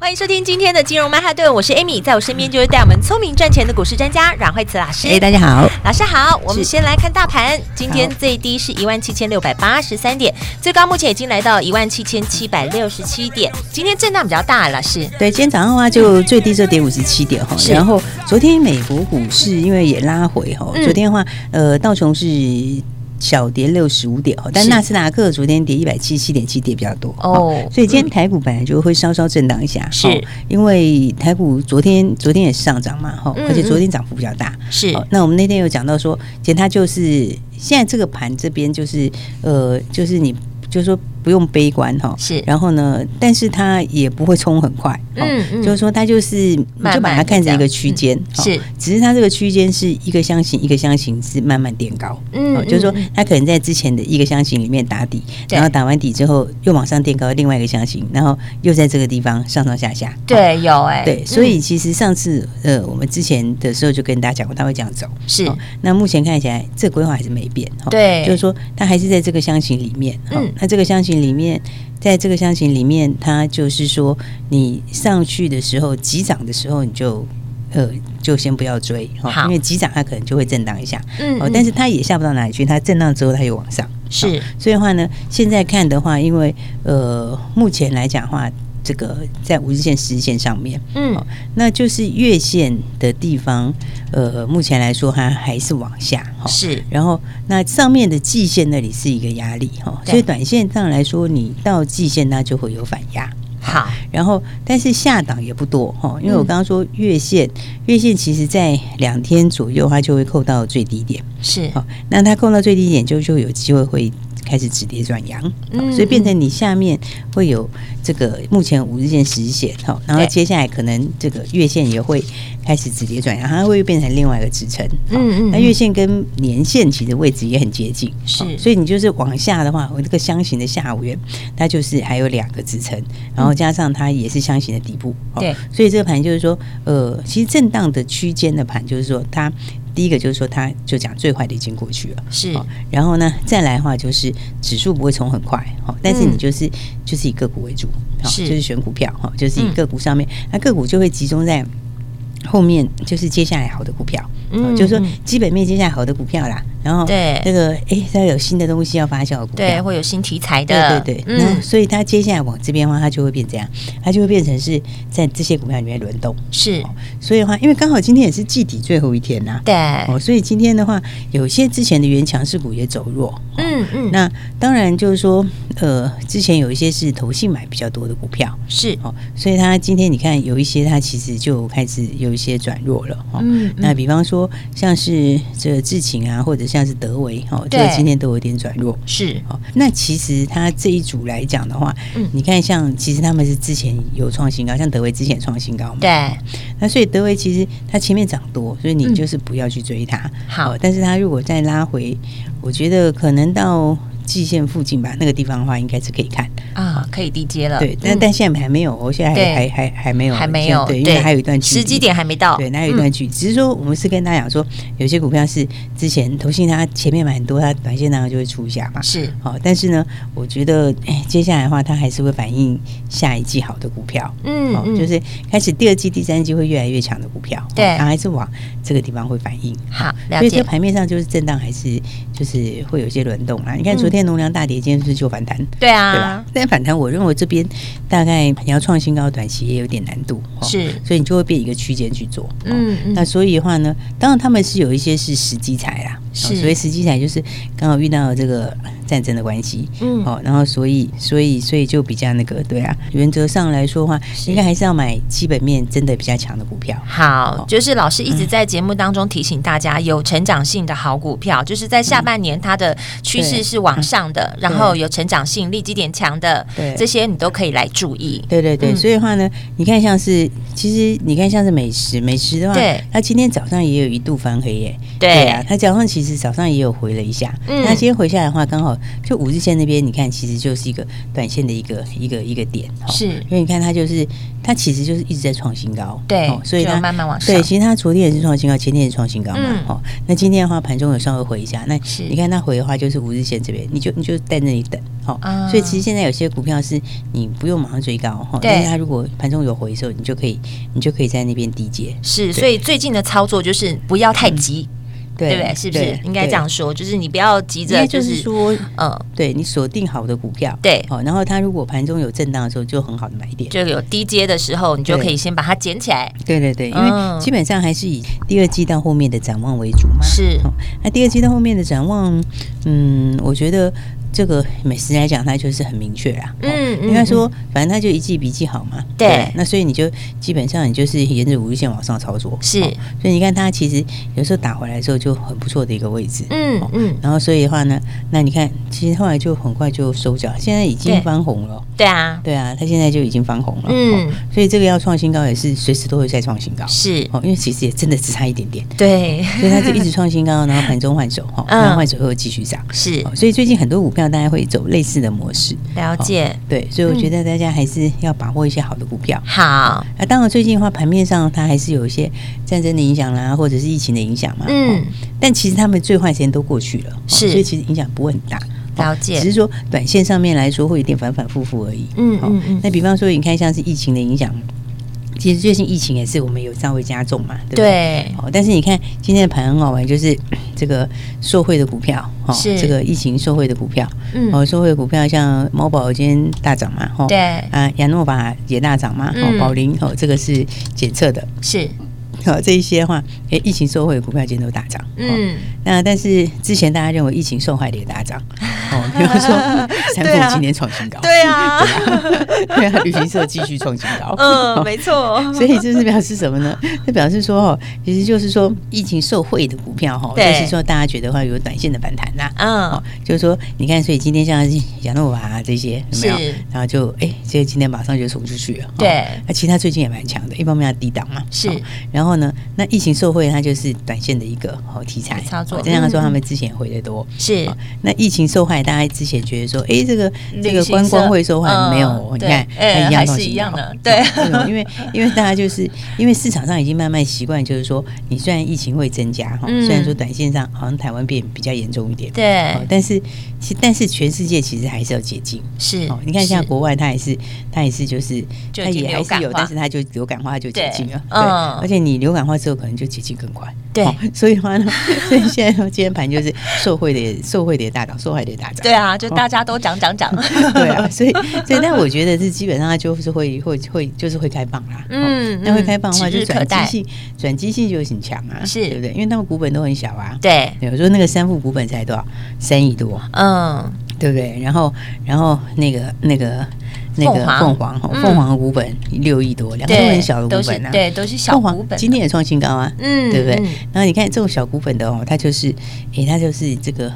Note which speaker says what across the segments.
Speaker 1: 欢迎收听今天的金融曼哈顿，我是 Amy，在我身边就是带我们聪明赚钱的股市专家阮慧慈老师。
Speaker 2: 哎、大家好，
Speaker 1: 老师好，我们先来看大盘，今天最低是一万七千六百八十三点，最高目前已经来到一万七千七百六十七点，今天震荡比较大，老师。
Speaker 2: 对，今天早上的话就最低就跌五十七点哈，
Speaker 1: 是
Speaker 2: 然后昨天美国股市因为也拉回哈，
Speaker 1: 嗯
Speaker 2: 昨天的话呃道琼是。小跌六十五点哈，但
Speaker 1: 是
Speaker 2: 纳斯达克昨天跌一百七十七点七，跌比较多
Speaker 1: 哦
Speaker 2: 所以今天台股本来就会稍稍震荡一下，
Speaker 1: 是
Speaker 2: 哦因为台股昨天昨天也是上涨嘛哈，
Speaker 1: 嗯
Speaker 2: 而且昨天涨幅比较大，
Speaker 1: 是
Speaker 2: 好，那我们那天有讲到说，其实它就是现在这个盘这边就是呃，就是你就是说不用悲观哈，
Speaker 1: 是
Speaker 2: 然后呢，但是它也不会冲很快，哦
Speaker 1: 嗯嗯
Speaker 2: 就是说它就是你
Speaker 1: 慢慢
Speaker 2: 就把它看成一个区间，
Speaker 1: 这样嗯
Speaker 2: 哦
Speaker 1: 是
Speaker 2: 只是它这个区间是一个箱型一个箱型是慢慢垫高，
Speaker 1: 嗯
Speaker 2: 哦
Speaker 1: 嗯
Speaker 2: 就是说
Speaker 1: 嗯
Speaker 2: 它可能在之前的一个箱型里面打底，
Speaker 1: 对
Speaker 2: 然后打完底之后又往上垫高另外一个箱型，然后又在这个地方上上下下，哦
Speaker 1: 对，有哎、
Speaker 2: 对，所以其实上次呃，我们之前的时候就跟大家讲过，他会这样走。
Speaker 1: 嗯是
Speaker 2: 哦那目前看起来，这规划还是没变。哦
Speaker 1: 对
Speaker 2: 就是说它还是在这个箱型里面。哦
Speaker 1: 嗯
Speaker 2: 那这个箱型里面，在这个箱型里面，它就是说你上去的时候，急涨的时候，你就呃就先不要追，哦
Speaker 1: 好
Speaker 2: 因为急涨它可能就会震荡一下。
Speaker 1: 嗯
Speaker 2: 哦
Speaker 1: 嗯，
Speaker 2: 但是它也下不到哪里去，它震荡之后它又往上。
Speaker 1: 是
Speaker 2: 哦所以的话呢，现在看的话，因为呃，目前来讲的话，这个在五日线、十日线上面，
Speaker 1: 嗯
Speaker 2: 哦，那就是月线的地方，呃，目前来说它还是往下，哈、
Speaker 1: 是
Speaker 2: 然后那上面的季线那里是一个压力哈，
Speaker 1: 对
Speaker 2: 所以短线上来说，你到季线它就会有反压。
Speaker 1: 好
Speaker 2: 然后，但是下档也不多哈，因为我
Speaker 1: 嗯
Speaker 2: 刚刚说月线，月线其实在两天左右它就会扣到最低点。
Speaker 1: 是
Speaker 2: 好，那它控到最低点就就有机会会开始止跌转阳，好
Speaker 1: 嗯
Speaker 2: 所以变成你下面会有这个目前五日线、十日线，好，然后
Speaker 1: 对
Speaker 2: 接下来可能这个月线也会开始止跌转阳，它会变成另外一个支撑。好
Speaker 1: 嗯嗯嗯
Speaker 2: 那月线跟年线其实位置也很接近，
Speaker 1: 是
Speaker 2: 好所以你就是哦往下的话，我这个箱型的下缘，它就是还有两个支撑，然后加上它也是箱型的底部，好
Speaker 1: 嗯对
Speaker 2: 所以这个盘就是说，呃，其实震荡的区间的盘，就是说它第一个就是说它就讲最坏的已经过去了。
Speaker 1: 是
Speaker 2: 好然后呢，再来的话就是指数不会冲很快，好，但是
Speaker 1: 嗯
Speaker 2: 你就是、就是以个股为主，好
Speaker 1: 是
Speaker 2: 就是选股票，哈，就是以
Speaker 1: 嗯
Speaker 2: 个股上面，那个股就会集中在后面，就是接下来好的股票，
Speaker 1: 嗯
Speaker 2: 嗯，就是说
Speaker 1: 嗯
Speaker 2: 基本面接下来好的股票啦，然后
Speaker 1: 对
Speaker 2: 这个哎，它有新的东西要发酵的股票，
Speaker 1: 对，会有新题材的，
Speaker 2: 对对对，那
Speaker 1: 嗯
Speaker 2: 所以它接下来往这边的话，它就会变这样，它就会变成是在这些股票里面轮动。
Speaker 1: 是
Speaker 2: 所以的话，因为刚好今天也是季底最后一天呐、
Speaker 1: 对，
Speaker 2: 哦，所以今天的话，有些之前的原强势股也走弱。
Speaker 1: 嗯嗯
Speaker 2: 那当然就是说，呃，之前有一些是投信买比较多的股票，
Speaker 1: 是
Speaker 2: 哦，所以它今天你看有一些它其实就开始有一些转弱了，哦，
Speaker 1: 嗯嗯
Speaker 2: 那比方说像是这个智勤啊，或者像是德维，哦，这
Speaker 1: 对
Speaker 2: 个今天都有点转弱，
Speaker 1: 是
Speaker 2: 哦，那其实它这一组来讲的话，
Speaker 1: 嗯
Speaker 2: 你看像其实他们是之前有创新高，像德维之前创新高嘛，
Speaker 1: 对
Speaker 2: 哦那所以德维其实它前面涨多，所以你
Speaker 1: 嗯
Speaker 2: 就是不要去追它。
Speaker 1: 好
Speaker 2: 哦但是它如果再拉回，我觉得可能到季线附近吧，那个地方的话应该是可以看。
Speaker 1: 啊，可以低接了，
Speaker 2: 对，但、
Speaker 1: 嗯
Speaker 2: 但现在还没有，哦，现在
Speaker 1: 对
Speaker 2: 还还还还没有，
Speaker 1: 还没有，
Speaker 2: 对，因为还有一段距离，
Speaker 1: 时机点嗯还没到，
Speaker 2: 对，那有一段距离。只是说，我们是跟大家讲说，有些股票是之前投信它前面买很多，它短线当然就会出一下嘛
Speaker 1: 嗯、。是
Speaker 2: 好，但是呢，我觉得哎，接下来的话，它还是会反映下一季好的股票，
Speaker 1: 嗯嗯
Speaker 2: 哦就是开始第二季、第三季会越来越强的股票，
Speaker 1: 对
Speaker 2: 哦它还是往这个地方会反映。
Speaker 1: 好了
Speaker 2: 所以这
Speaker 1: 解
Speaker 2: 个，盘面上就是震荡，还是就是会有一些轮动啦。你看昨天农粮大跌，今天是不是就反弹？
Speaker 1: 对
Speaker 2: 对吧
Speaker 1: 嗯啊，？
Speaker 2: 但反弹，我认为这边大概你要创新高，短期也有点难度，哦
Speaker 1: 是
Speaker 2: 所以你就会变一个区间去做。哦
Speaker 1: 嗯嗯
Speaker 2: 那所以的话呢，当然他们是有一些是时机财啦，
Speaker 1: 是
Speaker 2: 所谓时机财就是刚好遇到这个战争的关系，
Speaker 1: 嗯，
Speaker 2: 好、哦然后所以所以所以就比较那个，对啊，原则上来说的话，应该还是要买基本面真的比较强的股票。
Speaker 1: 好，就是老师一
Speaker 2: 嗯
Speaker 1: 直在节目当中提醒大家，有成长性的好股票，就是在
Speaker 2: 嗯
Speaker 1: 下半年它的趋势是往上的，然后有成长性、利基点强的，
Speaker 2: 对
Speaker 1: 这些你都可以来注意。
Speaker 2: 对对对，
Speaker 1: 嗯
Speaker 2: 所以的话呢，你看像是其实你看像是美食，美食的话
Speaker 1: 对，
Speaker 2: 它今天早上也有一度翻黑耶，啊
Speaker 1: 对，，
Speaker 2: 它早上其实早上也有回了一下，
Speaker 1: 嗯
Speaker 2: 那今天回下来的话，刚好就五日线那边，你看其实就是一个短线的一个一个一个点，哦
Speaker 1: 是，
Speaker 2: 因为你看它就是它其实就是一直在创新高，
Speaker 1: 对
Speaker 2: 哦，所以
Speaker 1: 就
Speaker 2: 它
Speaker 1: 慢慢往上
Speaker 2: 对，其实它昨天也是创新高，前天也是创新高嘛，
Speaker 1: 啊嗯
Speaker 2: 哦，那今天的话盘中有稍微回一下，那
Speaker 1: 是
Speaker 2: 你看它回的话就是五日线这边，你就你就在那里等，哦，
Speaker 1: 啊
Speaker 2: 所以其实现在有些股票是你不用马上追高，哈、哦，
Speaker 1: 对
Speaker 2: 但是它如果盘中有回的时候，你就可以你就可以在那边低接，
Speaker 1: 是，所以最近的操作就是不要
Speaker 2: 嗯
Speaker 1: 太急，对不对？是不是应该这？样
Speaker 2: 对
Speaker 1: 说？就是你不要急
Speaker 2: 应
Speaker 1: 着，
Speaker 2: 该就
Speaker 1: 就是是
Speaker 2: 说，
Speaker 1: 嗯，
Speaker 2: 对你锁定好的股票，
Speaker 1: 对
Speaker 2: 好、然后它如果盘中有震荡的时候，就很好的买点。
Speaker 1: 就有低阶的时候，你就
Speaker 2: 对
Speaker 1: 可以先把它捡起来。
Speaker 2: 对对对，因
Speaker 1: 嗯
Speaker 2: 为基本上还是以第二季到后面的展望为主嘛。
Speaker 1: 是
Speaker 2: 哦那第二季到后面的展望，嗯，我觉得这个美食来讲，它就是很明确啦。哦
Speaker 1: 嗯嗯
Speaker 2: 应该说，反正它就一季比一季好嘛。
Speaker 1: 对
Speaker 2: 那所以你就基本上你就是沿着五日线往上操作。哦
Speaker 1: 是
Speaker 2: 所以你看它其实有时候打回来的时候就很不错的一个位置。
Speaker 1: 嗯
Speaker 2: 哦
Speaker 1: 嗯，
Speaker 2: 然后所以的话呢，那你看，其实后来就很快就收脚，现在已
Speaker 1: 对
Speaker 2: 经翻红了。
Speaker 1: 对啊，
Speaker 2: 对啊，它现在就已经翻红了。
Speaker 1: 嗯
Speaker 2: 哦所以这个要创新高也是随时都会再创新高。
Speaker 1: 是，
Speaker 2: 哦，因为其实也真的只差一点点，
Speaker 1: 对，
Speaker 2: 所以它就一直创新高，然后盘中换手哈，哦
Speaker 1: 嗯
Speaker 2: 然后换手后继续涨。
Speaker 1: 是
Speaker 2: 哦所哦以最近很多股票大家会走类似的模式，
Speaker 1: 了解。
Speaker 2: 对，所以我觉
Speaker 1: 嗯
Speaker 2: 得大家还是要把握一些好的股票。
Speaker 1: 好，
Speaker 2: 啊，当然最近的话，盘面上它还是有一些战争的影响啦，或者是疫情的影响嘛。
Speaker 1: 嗯
Speaker 2: 哦但其实他们最坏时间都过去了，哦
Speaker 1: 是
Speaker 2: 所以其实影响不会很大。哦
Speaker 1: 了解
Speaker 2: 只是说短线上面来说会有点反反复复而已。
Speaker 1: 嗯
Speaker 2: 哦
Speaker 1: 嗯嗯
Speaker 2: 那比方说，你看像是疫情的影响，其实最近疫情也是我们有稍微加重嘛，对不对？
Speaker 1: 对，
Speaker 2: 哦，但是你看今天的盘很好玩，就是这个受惠的股票，哦，
Speaker 1: 是
Speaker 2: 这个疫情受惠的股票，
Speaker 1: 嗯
Speaker 2: 哦，受惠的股票像猫宝今天大涨嘛，哈、哦，
Speaker 1: 对，
Speaker 2: 啊，亚诺法也大涨嘛，哦
Speaker 1: 嗯，
Speaker 2: 宝林哦，这个是检测的，
Speaker 1: 是，
Speaker 2: 哦，这一些的话，诶，疫情受惠的股票今天都大涨，哦，
Speaker 1: 嗯，
Speaker 2: 那但是之前大家认为疫情受害的也大涨，哦，比方说三
Speaker 1: 对啊
Speaker 2: 富今天创新高，
Speaker 1: 对 啊，
Speaker 2: 对啊， 旅行社继续创新高，
Speaker 1: 嗯，
Speaker 2: 哦
Speaker 1: 没错，
Speaker 2: 所以 这是表示什么呢？这表示说哦，其实就是说疫情受惠的股票哈、哦，就
Speaker 1: 对
Speaker 2: 是说大家觉得话有短线的反弹啦、
Speaker 1: 嗯
Speaker 2: 哦，，就是说，你看，所以今天像亚诺瓦啊这些有没有
Speaker 1: 是？
Speaker 2: 然后就哎，这个今天马上就冲出去了。哦
Speaker 1: 对
Speaker 2: 那其实它最近也蛮强的，一方面它低档嘛，
Speaker 1: 是
Speaker 2: 哦然后呢，那疫情受惠，它就是短线的一个哦题材
Speaker 1: 操作
Speaker 2: 哦再加上说
Speaker 1: 嗯嗯
Speaker 2: 他们之前也回的多，
Speaker 1: 是
Speaker 2: 哦那疫情受害，大家之前觉得说，哎，这个这
Speaker 1: 旅
Speaker 2: 个
Speaker 1: 行
Speaker 2: 观光
Speaker 1: 社
Speaker 2: 会受害
Speaker 1: 嗯
Speaker 2: 没有？你
Speaker 1: 对
Speaker 2: 看，
Speaker 1: 哎
Speaker 2: 它
Speaker 1: 还
Speaker 2: 创
Speaker 1: 是
Speaker 2: 新
Speaker 1: 一样
Speaker 2: 高
Speaker 1: 的 对
Speaker 2: 哦有因为因为大家就是因为市场上已经慢慢习惯，就是说，你虽然疫情会增加哈，
Speaker 1: 嗯
Speaker 2: 虽然说短线上好像台湾变比较严重一点，哦
Speaker 1: 对，，
Speaker 2: 但是其但是全世界其实还是要解禁。
Speaker 1: 是
Speaker 2: 哦，你看现在
Speaker 1: 是
Speaker 2: 国外，它也是，它也是，就是
Speaker 1: 就
Speaker 2: 它
Speaker 1: 已经
Speaker 2: 也还
Speaker 1: 流感
Speaker 2: 是有，
Speaker 1: 化
Speaker 2: 但是它就流感化就解禁了
Speaker 1: 对。
Speaker 2: 对，
Speaker 1: 嗯
Speaker 2: 而且你流感化之后，可能就解禁更快。
Speaker 1: 对
Speaker 2: 哦所以的话呢， 所以现在今天盘就是受惠的也受惠的也大涨，受害的也大涨。
Speaker 1: 对啊，就大家都涨涨 涨，
Speaker 2: 对啊，所以所以但我觉得是基本上它就是会会会就是会开放啦。
Speaker 1: 嗯
Speaker 2: 哦那会开放的话，
Speaker 1: 嗯指
Speaker 2: 就
Speaker 1: 日可
Speaker 2: 转
Speaker 1: 待
Speaker 2: 机性转机性就很强啊，
Speaker 1: 是
Speaker 2: 对不对？因为他们股本都很小啊。
Speaker 1: 对，
Speaker 2: 对，我说那个三副股本才多少？三亿多。
Speaker 1: 嗯，
Speaker 2: 对不对？然后，然后那个那个那个
Speaker 1: 凤凰
Speaker 2: 凤凰，哦
Speaker 1: 嗯
Speaker 2: 凤凰的股本六亿多，两个都
Speaker 1: 对，
Speaker 2: 很小的
Speaker 1: 都
Speaker 2: 股
Speaker 1: 是
Speaker 2: 本啊。
Speaker 1: 对，都是小
Speaker 2: 凤凰
Speaker 1: 股本，
Speaker 2: 今天也创新高啊，
Speaker 1: 嗯
Speaker 2: 对不对
Speaker 1: 嗯？
Speaker 2: 然后你看这种小股本的哦，它就是，诶，它就是这个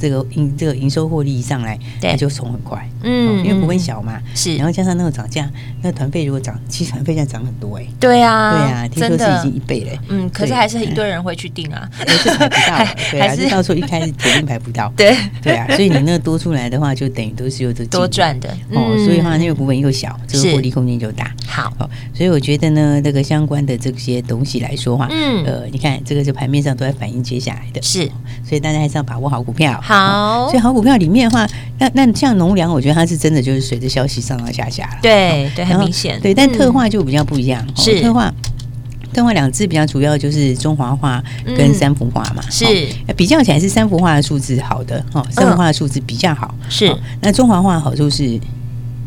Speaker 2: 这个营这个营收获利一上来，
Speaker 1: 对
Speaker 2: 它就冲很快，哦
Speaker 1: 嗯
Speaker 2: 因为股本小嘛。
Speaker 1: 是
Speaker 2: 然，后加上那个涨价，那个团费如果涨，其实团费现在涨很多哎，
Speaker 1: 对啊，
Speaker 2: 对啊，听
Speaker 1: 真
Speaker 2: 说是已
Speaker 1: 的
Speaker 2: 经。一倍 嘞，
Speaker 1: 嗯，可是
Speaker 2: 对
Speaker 1: 还是一堆人会去订啊，
Speaker 2: 哎这排不到
Speaker 1: 还
Speaker 2: 啊，对啊，
Speaker 1: 还是
Speaker 2: 这到时候一开始铁定排不到，
Speaker 1: 对，
Speaker 2: 对啊，所以你那个多出来的话，就等于都是有都 进
Speaker 1: 多赚的
Speaker 2: 哦，所以的话，
Speaker 1: 嗯
Speaker 2: 那个股本又小，这
Speaker 1: 是
Speaker 2: 个获利空间就大。
Speaker 1: 好，
Speaker 2: 哦，所以我觉得呢，这个相关的这些东西来说话，
Speaker 1: 嗯
Speaker 2: 呃，你看这个就盘面上都在反映接下来的，
Speaker 1: 是
Speaker 2: 所以大家还是要把握好股票。哦
Speaker 1: 好
Speaker 2: 所以好股票里面的话，那那像农粮，我觉得它是真的就是随着消息上上下下了，
Speaker 1: 对对，很
Speaker 2: 然后
Speaker 1: 明显，
Speaker 2: 对，但特
Speaker 1: 嗯
Speaker 2: 化就比较不一样，哦
Speaker 1: 是
Speaker 2: 特化。特化两只比较主要就是中华化
Speaker 1: 嗯
Speaker 2: 跟三幅画嘛，
Speaker 1: 是嗯
Speaker 2: 哦比较起来是三幅画的数字好的哦，三幅画的数字比较好，
Speaker 1: 是
Speaker 2: 哦那中华化的好处是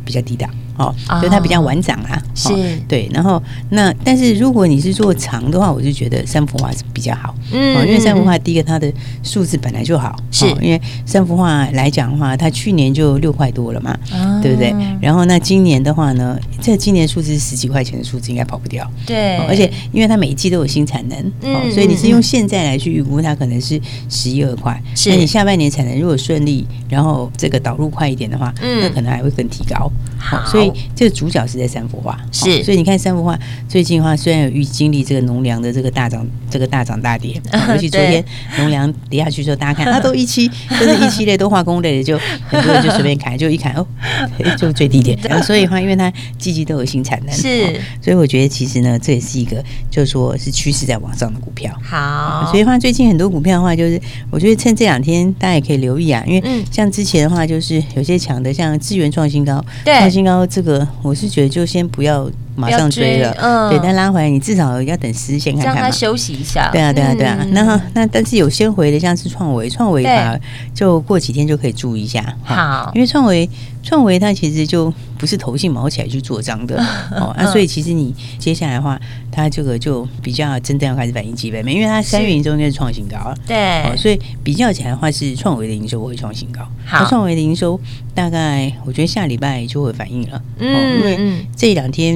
Speaker 2: 比较低档，哦
Speaker 1: 啊，
Speaker 2: 就它比较晚涨啦。
Speaker 1: 是
Speaker 2: 哦对。然后那但是如果你是做长的话，我就觉得三幅画是比较好。
Speaker 1: 嗯
Speaker 2: 哦，因为三幅
Speaker 1: 嗯
Speaker 2: 画第一个它的数字本来就好，
Speaker 1: 是
Speaker 2: 哦因为三幅画来讲的话，它去年就六块多了嘛，
Speaker 1: 啊
Speaker 2: 对不对？然后那今年的话呢，这今年数字是十几块钱的数字应该跑不掉，
Speaker 1: 对
Speaker 2: 哦，而且因为它每一季都有新产能，
Speaker 1: 哎嗯
Speaker 2: 哦，所以你是
Speaker 1: 嗯
Speaker 2: 用
Speaker 1: 嗯
Speaker 2: 现在来去预估它可能是十一二块，
Speaker 1: 是
Speaker 2: 那你下半年产能如果顺利，然后这个导入快一点的话，
Speaker 1: 嗯
Speaker 2: 那可能还会更提高。
Speaker 1: 好
Speaker 2: 所以这个主角是在三幅画，
Speaker 1: 是
Speaker 2: 哦所以你看三幅画最近的话，虽然有遇经历这个农粮的这个大涨，这个大涨 大跌，哦尤其昨
Speaker 1: 对
Speaker 2: 天农粮跌下去之后，大家看它啊都一期，甚至一期类都化工类的，就很多人就随便 砍，就一砍哦， 诶就最低点。然后所以的话，因为它季季都有新产能，
Speaker 1: 是
Speaker 2: 哦所以我觉得其实呢，这也是一个就是说是趋势在往上的股票。
Speaker 1: 好，
Speaker 2: 哦所以的话，最近很多股票的话，就是我觉得趁这两天大家也可以留意啊，因
Speaker 1: 嗯
Speaker 2: 为像之前的话，就是有些强的，像资源创新高，
Speaker 1: 对
Speaker 2: 创新高这个，我是觉得就先不要马上追了，
Speaker 1: 不要追嗯
Speaker 2: 对，它拉回来，你至少要等时线看
Speaker 1: 让
Speaker 2: 看
Speaker 1: 他
Speaker 2: 嘛。
Speaker 1: 休息一下。
Speaker 2: 对啊，对啊，对啊。
Speaker 1: 嗯
Speaker 2: 那那但是有先回的，像是创维，创维
Speaker 1: 对
Speaker 2: 吧，就过几天就可以注意一下。
Speaker 1: 好
Speaker 2: 因为创维，创维它其实就不是投信毛起来去做账 的哦，
Speaker 1: 嗯
Speaker 2: 啊，所以其实你接下来的话，它这个就比较真正要开始反映基本面，因为它三月营收应该是创新高啊。哦，
Speaker 1: 对，
Speaker 2: 所以比较起来的话，是创维的营收会创新高。
Speaker 1: 好
Speaker 2: 那创维的营收大概我觉得下礼拜就会反应了。
Speaker 1: 嗯
Speaker 2: 因为
Speaker 1: 嗯，
Speaker 2: 这两天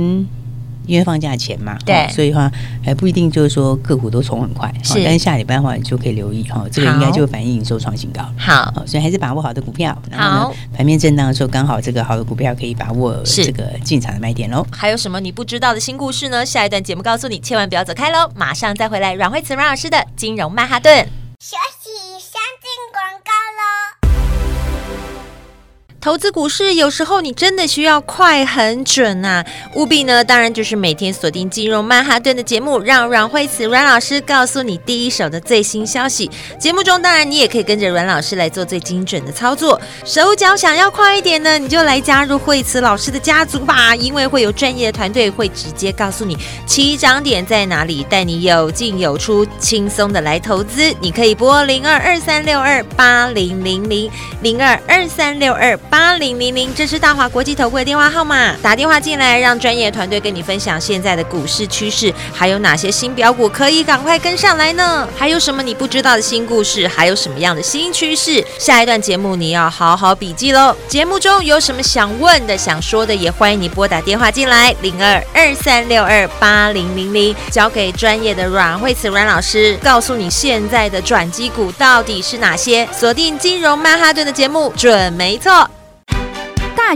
Speaker 2: 因为放假前嘛，哦
Speaker 1: 对
Speaker 2: 所以的话还不一定就是说个股都冲很快，哦
Speaker 1: 是
Speaker 2: 但是下礼拜的话你就可以留意哈、哦，这个应该
Speaker 1: 好
Speaker 2: 就会反映营收创新高了。
Speaker 1: 好，
Speaker 2: 哦，所以还是把握好的股票。然
Speaker 1: 好
Speaker 2: 后呢，盘面震荡的时候，刚好这个好的股票可以把握呃
Speaker 1: 是
Speaker 2: 这个进场的买点喽。
Speaker 1: 还有什么你不知道的新故事呢？下一段节目告诉你，千万不要走开喽！马上再回来，阮慧慈阮老师的金融曼哈顿。
Speaker 3: 学习相进广告喽。
Speaker 1: 投资股市有时候你真的需要快很准呐、务必呢，当然就是每天锁定金融曼哈顿的节目，让阮慧慈阮老师告诉你第一手的最新消息。节目中当然你也可以跟着阮老师来做最精准的操作，手脚想要快一点呢，你就来加入慧慈老师的家族吧，因为会有专业的团队会直接告诉你起涨点在哪里，带你有进有出，轻松的来投资。你可以拨零二二三六二八零零零。零二二三六二八零零零，这是大华国际投顾的电话号码。打电话进来，让专业团队跟你分享现在的股市趋势，还有哪些新标股可以赶快跟上来呢？还有什么你不知道的新故事？还有什么样的新趋势？下一段节目你要好好笔记喽。节目中有什么想问的、想说的，也欢迎你拨打电话进来，零二二三六二八零零零，交给专业的阮慧慈阮老师，告诉你现在的转机股到底是哪些。锁定金融曼哈顿的节目，准没错。
Speaker 4: 大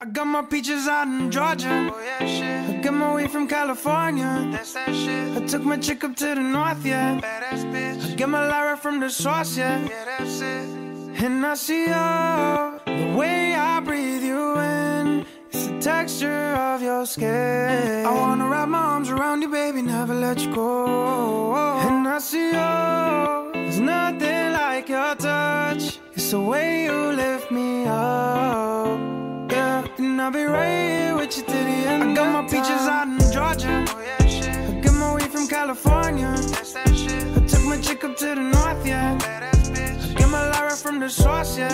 Speaker 5: I got my peaches out in Georgia. I got my weed from California. I took my chick up to the north, yeah. I got my Lyra from the source, yeah. And I see you. The way I breathe you in It's the texture of your skin. I wanna wrap my arms around you, baby, never let you go. And I see you. There's nothing like your touch. It's the way you lift me up. Yeah, and I'll be right here with you to the end. I got Oh, my peaches out in Georgia. I got my weed from California. I took my chick up to the north, yeah. I got my Lyra from the source, yeah.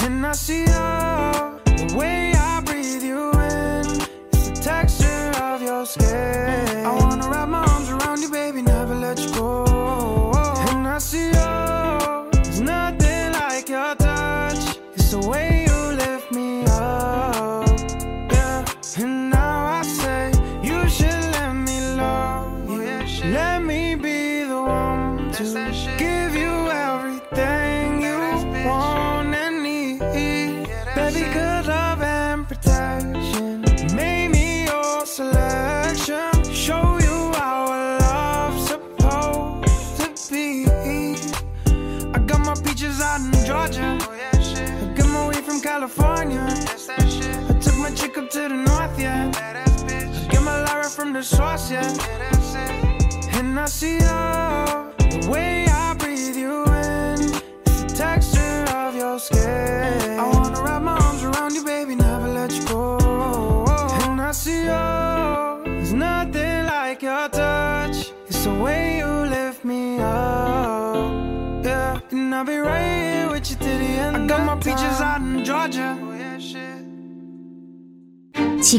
Speaker 5: And I see her the way I breathe you in. It's the texture of your skin. I wanna wrap my arms around you, baby, never let you go. And I see you. There's nothing like your touch. It's the way you lift me up. Yeah. And now I say you should let me love you. Let me be the one to give you everything you want and need. Baby, good love and protection. Make me your selection. Show you how a love's supposed to be. I got my peaches out in Georgia. I got my weed from California. I took my chick up to the north, yeah. I get my Lyra from the source, yeah. And I see how the way I breathe you in, it's the texture of your skin. I wanna wrap my arms around you, baby, never let you go. And I see how there's nothing like your touch. It's the way you lift me up. Yeah, and I'll be right here with you till the end. I got my peaches out in Georgia. Oh, yeah, shit.
Speaker 4: 奇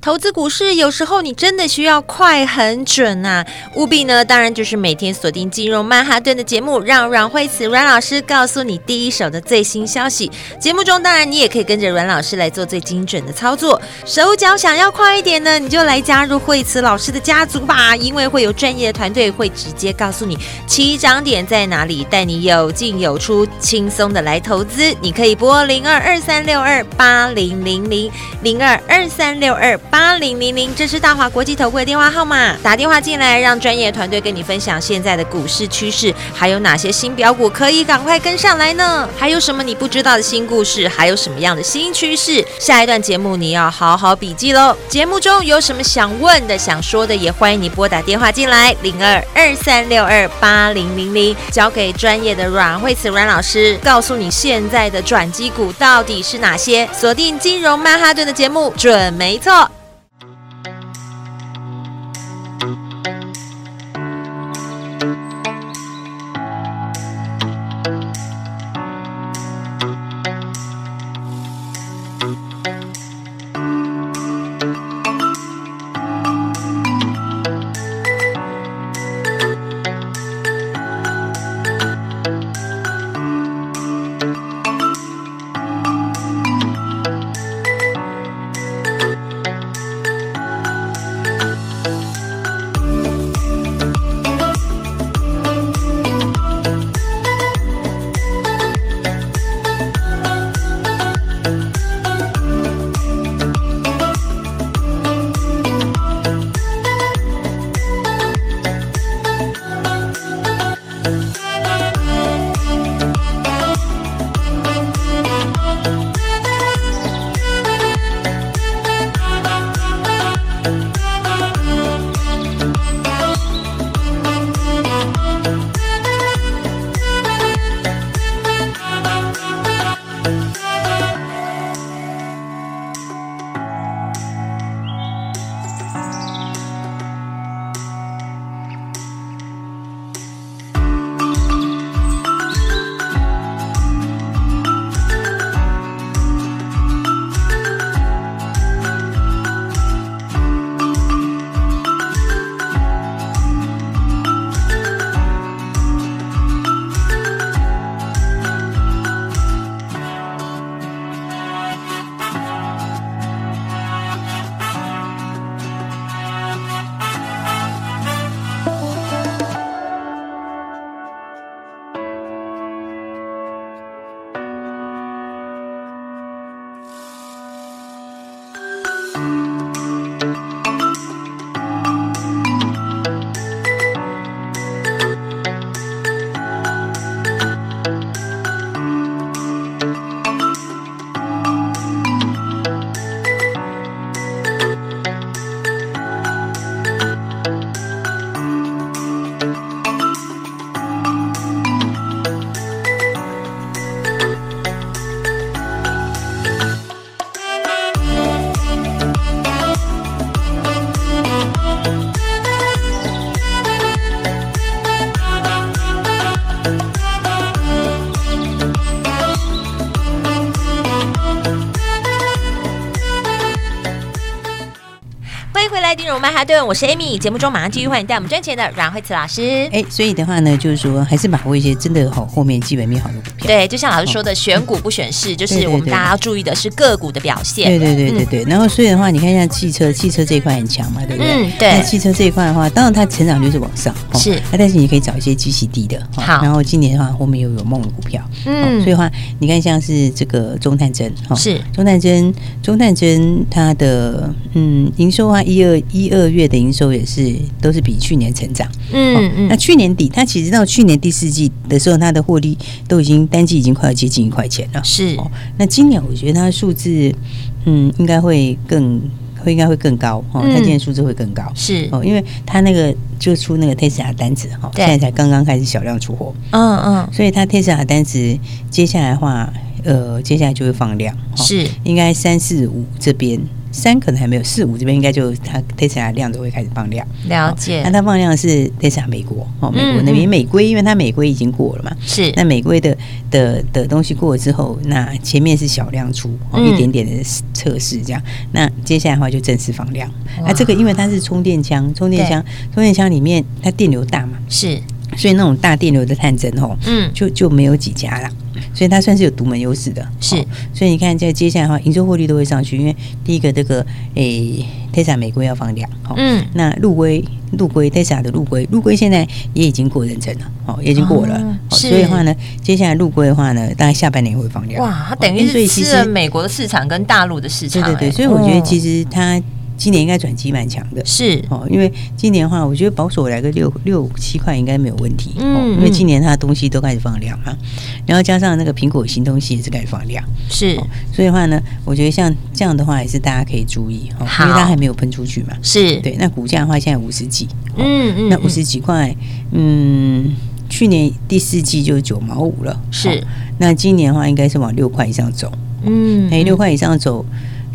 Speaker 1: 投资股市有时候你真的需要快很准呐、务必呢，当然就是每天锁定金融曼哈顿的节目，让阮慧慈阮老师告诉你第一手的最新消息。节目中，当然你也可以跟着阮老师来做最精准的操作。手脚想要快一点呢，你就来加入慧慈老师的家族吧，因为会有专业的团队会直接告诉你起涨点在哪里，带你有进有出，轻松的来投资。你可以拨零二二三六二八零零零。零二二三六二八零零零，这是大华国际投顾的电话号码。打电话进来，让专业团队跟你分享现在的股市趋势，还有哪些新标股可以赶快跟上来呢？还有什么你不知道的新故事？还有什么样的新趋势？下一段节目你要好好笔记喽。节目中有什么想问的、想说的，也欢迎你拨打电话进来，零二二三六二八零零零，交给专业的阮慧慈阮老师，告诉你现在的转机股到底是哪些。锁定金融曼哈顿的节目，准没错。入曼哈顿，我是 Amy。节目中马上继续欢迎带我们赚钱的阮慧慈老师。
Speaker 2: 哎，所以的话呢，就是说还是把握一些真的好后面基本面好的股票。
Speaker 1: 对，就像老师说的，选股不选市，就
Speaker 2: 对
Speaker 1: 是
Speaker 2: 对
Speaker 1: 我们
Speaker 2: 对
Speaker 1: 大家要注意的是个股的表
Speaker 2: 对
Speaker 1: 现。
Speaker 2: 对对对对，然后所以的话，你看像汽车，汽车这一块很强嘛，对不对？
Speaker 1: 嗯对
Speaker 2: 那汽车这一块的话，当然它成长率是往上，哦
Speaker 1: 是
Speaker 2: 那但是你可以找一些基期低的，哦
Speaker 1: 好
Speaker 2: 然后今年的话，后面又有梦的股票，哦所以
Speaker 1: 嗯，
Speaker 2: 的话，你看像是这个中探针，哈
Speaker 1: 是
Speaker 2: 中探针，中探针它的嗯营收啊，一二一二月的营收也是都是比去年成长，哦
Speaker 1: 嗯嗯
Speaker 2: 那去年底，它其实到去年第四季的时候，它的获利都已经单季已经快要接近一块钱了。
Speaker 1: 是
Speaker 2: 哦，那今年我觉得它的数字，嗯，应该会更会应该会更高哦，
Speaker 1: 嗯
Speaker 2: 它今年数字会更高。
Speaker 1: 是，
Speaker 2: 哦，因为它那个就出那个 Tesla 单子哈，哦
Speaker 1: 对
Speaker 2: 现在才刚刚开始小量出货，
Speaker 1: 嗯嗯
Speaker 2: 所以它 Tesla 单子接下来的话，呃，接下来就会放量，哦
Speaker 1: 是，
Speaker 2: 应该三四五这边三可能还没有，四五这边应该就它 Tesla 量都会开始放量。
Speaker 1: 了
Speaker 2: 那
Speaker 1: 解，
Speaker 2: 它放量是在讲美国哦，美国
Speaker 1: 嗯
Speaker 2: 那
Speaker 1: 嗯
Speaker 2: 边美规，因为它美规已经过了嘛。
Speaker 1: 是
Speaker 2: 那美规的的的东西过了之后，那前面是小量出，哦、
Speaker 1: 嗯
Speaker 2: 一点点的测试这样。那接下来的话就正式放量。
Speaker 1: 哇
Speaker 2: 啊，这个因为它是充电枪，充电枪，充电枪里面它电流大嘛，
Speaker 1: 是，
Speaker 2: 所以那种大电流的探针哦，
Speaker 1: 嗯
Speaker 2: 就就没有几家啦。所以它算是有独门优势的，
Speaker 1: 是
Speaker 2: 哦所以你看，在接下来的话，营收获利都会上去，因为第一个这个诶，Tesla 美规要放量，哦
Speaker 1: 嗯
Speaker 2: 那陆龟、陆龟、Tesla 的陆龟，陆龟现在也已经过认证了，哦，也已经过了，
Speaker 1: 哦
Speaker 2: 哦
Speaker 1: 是
Speaker 2: 所以的话呢，接下来陆龟的话呢，大概下半年会放量。
Speaker 1: 哇，它
Speaker 2: 哦
Speaker 1: 等
Speaker 2: 哎
Speaker 1: 于
Speaker 2: 所
Speaker 1: 是
Speaker 2: 以其
Speaker 1: 吃
Speaker 2: 实
Speaker 1: 了美国的市场跟大陆的市
Speaker 2: 对
Speaker 1: 场，
Speaker 2: 对对，
Speaker 1: 哎
Speaker 2: 所以我觉得其
Speaker 1: 哦
Speaker 2: 实它今年应该转机蛮强的。
Speaker 1: 是
Speaker 2: 哦，因为今年的话，我觉得保守来个六六七块应该没有问题。哦
Speaker 1: 嗯
Speaker 2: 因为
Speaker 1: 嗯
Speaker 2: 今年它的东西都开始放量嘛，然后加上那个苹果新东西也是开始放量，
Speaker 1: 是
Speaker 2: 所以的话呢，我觉得像这样的话也是大家可以注意哦，因
Speaker 1: 好
Speaker 2: 为它还没有喷出去嘛。
Speaker 1: 是，
Speaker 2: 对，那股价的话现在五十几，哦
Speaker 1: 嗯嗯，
Speaker 2: 那
Speaker 1: 嗯
Speaker 2: 五十几块，嗯，去年第四季就是九毛五了，
Speaker 1: 是
Speaker 2: 哦那今年的话，应该是往六块以上走。
Speaker 1: 嗯
Speaker 2: 哎、六块以上走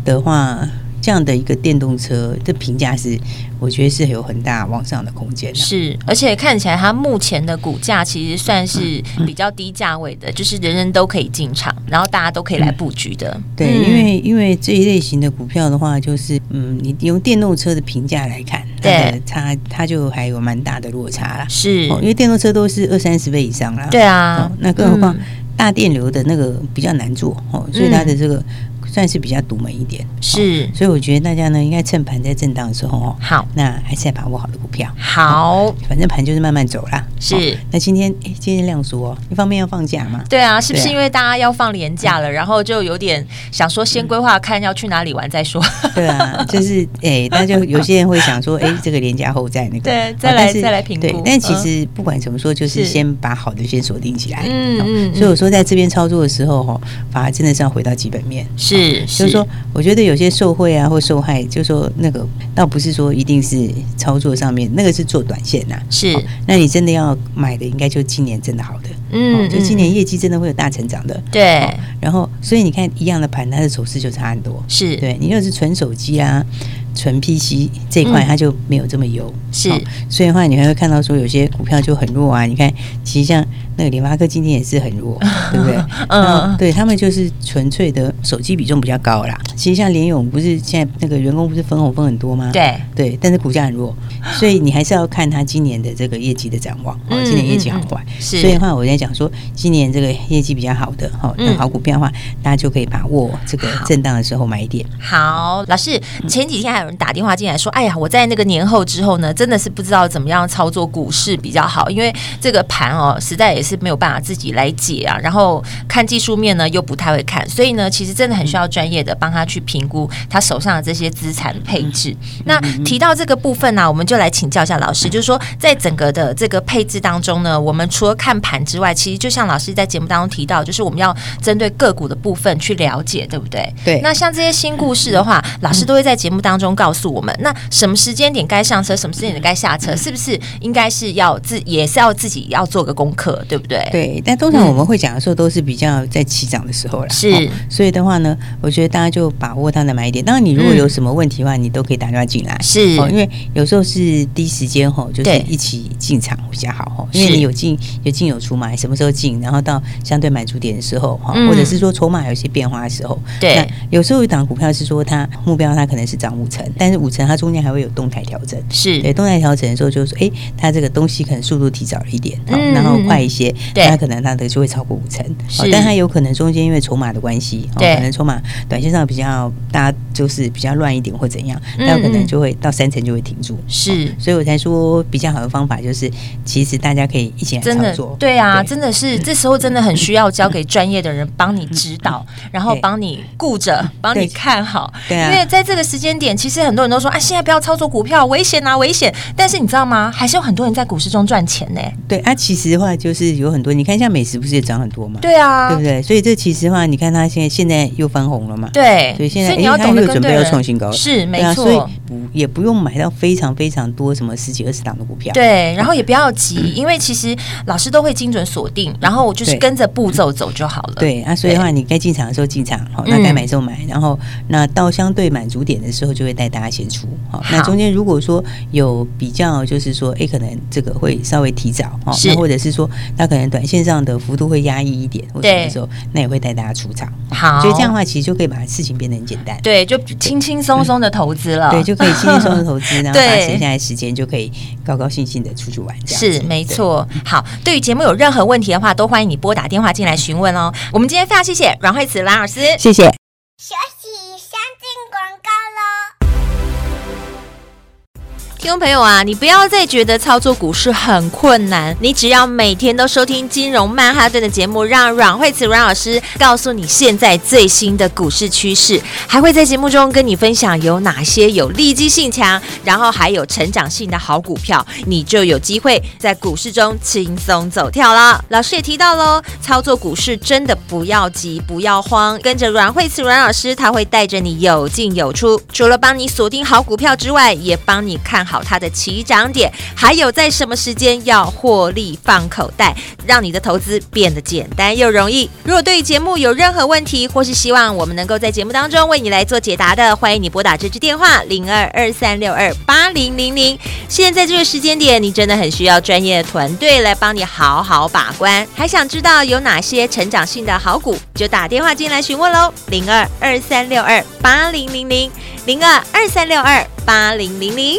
Speaker 2: 的话，这样的一个电动车的评价是，我觉得是有很大往上的空间的。
Speaker 1: 是，而且看起来它目前的股价其实算是比较低价位的，就是人人都可以进场，然后大家都可以来布局的。
Speaker 2: 嗯对，
Speaker 1: 嗯
Speaker 2: 因为因为这一类型的股票的话，就是嗯，你用电动车的评价来看，它的
Speaker 1: 对
Speaker 2: 它它就还有蛮大的落差啦。
Speaker 1: 是，
Speaker 2: 哦，因为电动车都是二三十倍以上啦。
Speaker 1: 对啊
Speaker 2: 哦，，那更何况
Speaker 1: 嗯
Speaker 2: 大电流的那个比较难做哦，所以它的这个算是比较独门一点。
Speaker 1: 嗯
Speaker 2: 哦
Speaker 1: 是
Speaker 2: 所以我觉得大家呢，应该趁盘在震荡的时候哦，
Speaker 1: 好
Speaker 2: 那还是要把握好的股票。
Speaker 1: 好
Speaker 2: 反正盘就是慢慢走啦。
Speaker 1: 是
Speaker 2: 哦那今天哎，今天量缩哦，一方面要放假 嘛，
Speaker 1: 对啊，是不是
Speaker 2: 对啊
Speaker 1: 因为大家要放年假了，然后就有点想说先规划看要去哪里玩再说？
Speaker 2: 对啊，就是哎，那就有些人会想说，哎，这个廉价后再那个，
Speaker 1: 对
Speaker 2: 哦
Speaker 1: 再来
Speaker 2: 但是
Speaker 1: 再来评估嗯
Speaker 2: 对，但其实不管怎么说，就是
Speaker 1: 是
Speaker 2: 先把好的先锁定起来。
Speaker 1: 嗯
Speaker 2: 哦
Speaker 1: 嗯嗯
Speaker 2: 所以我说在这边操作的时候，哈，反而真的是要回到基本面。
Speaker 1: 是，
Speaker 2: 就是说，我觉得有些受贿啊或受害，就说那个倒不是说一定是操作上面，那个是做短线呐、
Speaker 1: 是
Speaker 2: 哦那你真的要买的，应该就今年真的好的，
Speaker 1: 嗯
Speaker 2: 哦就今
Speaker 1: 嗯
Speaker 2: 年业绩真的会有大成长的。
Speaker 1: 对
Speaker 2: 哦然后所以你看一样的盘，它的走势就差很多。
Speaker 1: 是
Speaker 2: 对你又是纯手机啊、纯 PC 这一块，
Speaker 1: 嗯
Speaker 2: 它就没有这么优。
Speaker 1: 是
Speaker 2: 哦所以的话，你还会看到说有些股票就很弱啊。你看，其实像那个联发科今天也是很弱，对 不对？
Speaker 1: 嗯
Speaker 2: 那对他们就是纯粹的手机比重比较高啦。其实像联勇不是现在那个员工不是分红分很多吗？
Speaker 1: 对
Speaker 2: 对，但是股价很弱，所以你还是要看它今年的这个业绩的展望，哦
Speaker 1: 嗯，
Speaker 2: 今年业绩好坏。
Speaker 1: 是
Speaker 2: 所以的话，我在讲说，今年这个业绩比较好的，哈，那
Speaker 1: 嗯
Speaker 2: 好股票的话，大家就可以把握这个震荡的时候买一点。
Speaker 1: 好，老师，前几天还有人打电话进来说，哎呀，我在那个年后之后呢，真的是不知道怎么样操作股市比较好，因为这个盘哦，实在也是没有办法自己来解啊。然后看技术面呢，又不太会看，所以呢，其实真的很需要专业的帮他去评估他手上的这些资产配置。那提到这个部分呢、我们就来请教一下老师，就是说，在整个的这个配置当中呢，我们除了看盘之外，其实就像老师在节目当中提到，就是我们要针对个股的部分去了解，对不对？
Speaker 2: 对
Speaker 1: 那像这些新故事的话，老师都会在节目当中告诉我们，那什么时间点该上车，什么时间点该下车，是不是应该是要自也是要自己要做个功课，对不对？，
Speaker 2: 对，但
Speaker 4: 嗯
Speaker 2: 通常我们会讲的时候，都是比较在起涨的时候啦。哦
Speaker 1: 是
Speaker 2: 所以的话呢，我觉得
Speaker 4: 嗯
Speaker 2: 大家就把握它的买点。当然，你如果有什么问题的话，你都可以打电话进来。
Speaker 1: 是
Speaker 2: 哦，因为有时候是是第一时间吼，就是
Speaker 4: 对
Speaker 2: 一起进场比较好吼，因为
Speaker 4: 是
Speaker 2: 你有进有进有出嘛，什么时候进，然后到相对满足点的时候哈，
Speaker 4: 嗯
Speaker 2: 或者是说筹码有一些变化的时候，
Speaker 4: 对
Speaker 2: 那有时候有一档股票是说它目标它可能是涨五成，但是五成它中间还会有动态调整，
Speaker 4: 是
Speaker 2: 对，动态调整的时候就是说，哎、它这个东西可能速度提早了一点，好
Speaker 4: 嗯
Speaker 2: 然后快一些，
Speaker 4: 对
Speaker 2: 那可能它的就会超过五成，好
Speaker 4: 是
Speaker 2: 但它有可能中间因为筹码的关系，哦
Speaker 4: 对
Speaker 2: 可能筹码短线上比较大家就是比较乱一点或怎样，
Speaker 4: 嗯
Speaker 2: 那有可能
Speaker 4: 嗯
Speaker 2: 就会到三成就会停住，
Speaker 4: 是。
Speaker 2: 所以我才说比较好的方法就是，其实大家可以一起来
Speaker 4: 真
Speaker 2: 操
Speaker 4: 的
Speaker 2: 作，，
Speaker 4: 对啊，
Speaker 2: 对嗯
Speaker 4: 真的是这时候真的很需要交给专业的人帮你指导，然后
Speaker 2: 嗯对
Speaker 4: 帮你顾着，帮你
Speaker 2: 对
Speaker 4: 看好。
Speaker 2: 对啊
Speaker 4: 因为在这个时间点，其实很多人都说啊，现在不要操作股票，危险啊，危险。但是你知道吗？还是有很多人在股市中赚钱呢、
Speaker 2: 对啊，其实的话就是有很多，你看像美食不是也涨很多嘛，
Speaker 4: 对啊，
Speaker 2: 对不对？所以这其实的话，你看它现在现在又翻红了嘛，
Speaker 4: 对
Speaker 2: 所以现在
Speaker 4: 你要
Speaker 2: 诶它
Speaker 4: 懂得
Speaker 2: 又
Speaker 4: 跟
Speaker 2: 准备
Speaker 4: 对
Speaker 2: 要
Speaker 4: 人
Speaker 2: 创新高了
Speaker 4: 是没
Speaker 2: 对啊，所以
Speaker 4: 错。
Speaker 2: 不也不用买到非常非常多什么十几二十档的股票。
Speaker 4: 对，然后也不要急，因为其实老师都会精准锁定，然后我就是
Speaker 2: 对
Speaker 4: 跟着步骤走就好了。
Speaker 2: 对啊，所以的话，你该进场的时候进场，好，那
Speaker 4: 嗯
Speaker 2: 该买的时候买，然后那到相对满足点的时候，就会带大家先出。好，那
Speaker 4: 好
Speaker 2: 中间如果说有比较，就是说，哎，可能这个会稍微提早，哈，
Speaker 4: 是
Speaker 2: 那或者是说，它可能短线上的幅度会压抑一点，或者
Speaker 4: 对哦
Speaker 2: 的时候，那也会带大家出场。
Speaker 4: 好，
Speaker 2: 所以这样的话，其实就可以把事情变得很简单。
Speaker 4: 对，就轻轻松松的投资了。
Speaker 2: 对，就可以轻轻松松投资，然后把
Speaker 4: 对
Speaker 2: 省下来的时间就可以高高兴兴的出去玩。这样子
Speaker 4: 是没。错。好，对于节目有任何问题的话，都欢迎你拨打电话进来询问哦。我们今天非常谢谢阮慧慈阮老师，
Speaker 2: 对谢谢。
Speaker 3: 休息一下，进广告喽。
Speaker 1: 听众朋友啊，你不要再觉得操作股市很困难，你只要每天都收听《金融曼哈顿》的节目，让阮慧慈阮老师告诉你现在最新的股市趋势，还会在节目中跟你分享有哪些有利基性强，然后还有成长性的好股票，你就有机会在股市中轻松走跳啦。老师也提到喽，操作股市真的不要急，不要慌，跟着阮慧慈阮老师，他会带着你有进有出，除了帮你锁定好股票之外，也帮你看好它的起涨点，还有在什么时间要获利放口袋，让你的投资变得简单又容易。如果对于节目有任何问题，或是希望我们能够在节目当中为你来做解答的，欢迎你拨打这支电话零二二三六二八零零零。现在这个时间点，你真的很需要专业的团队来帮你好好把关。还想知道有哪些成长性的好股，就打电话进来询问喽，零二二三六二八零零零，零二二三六二八零零零。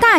Speaker 4: 大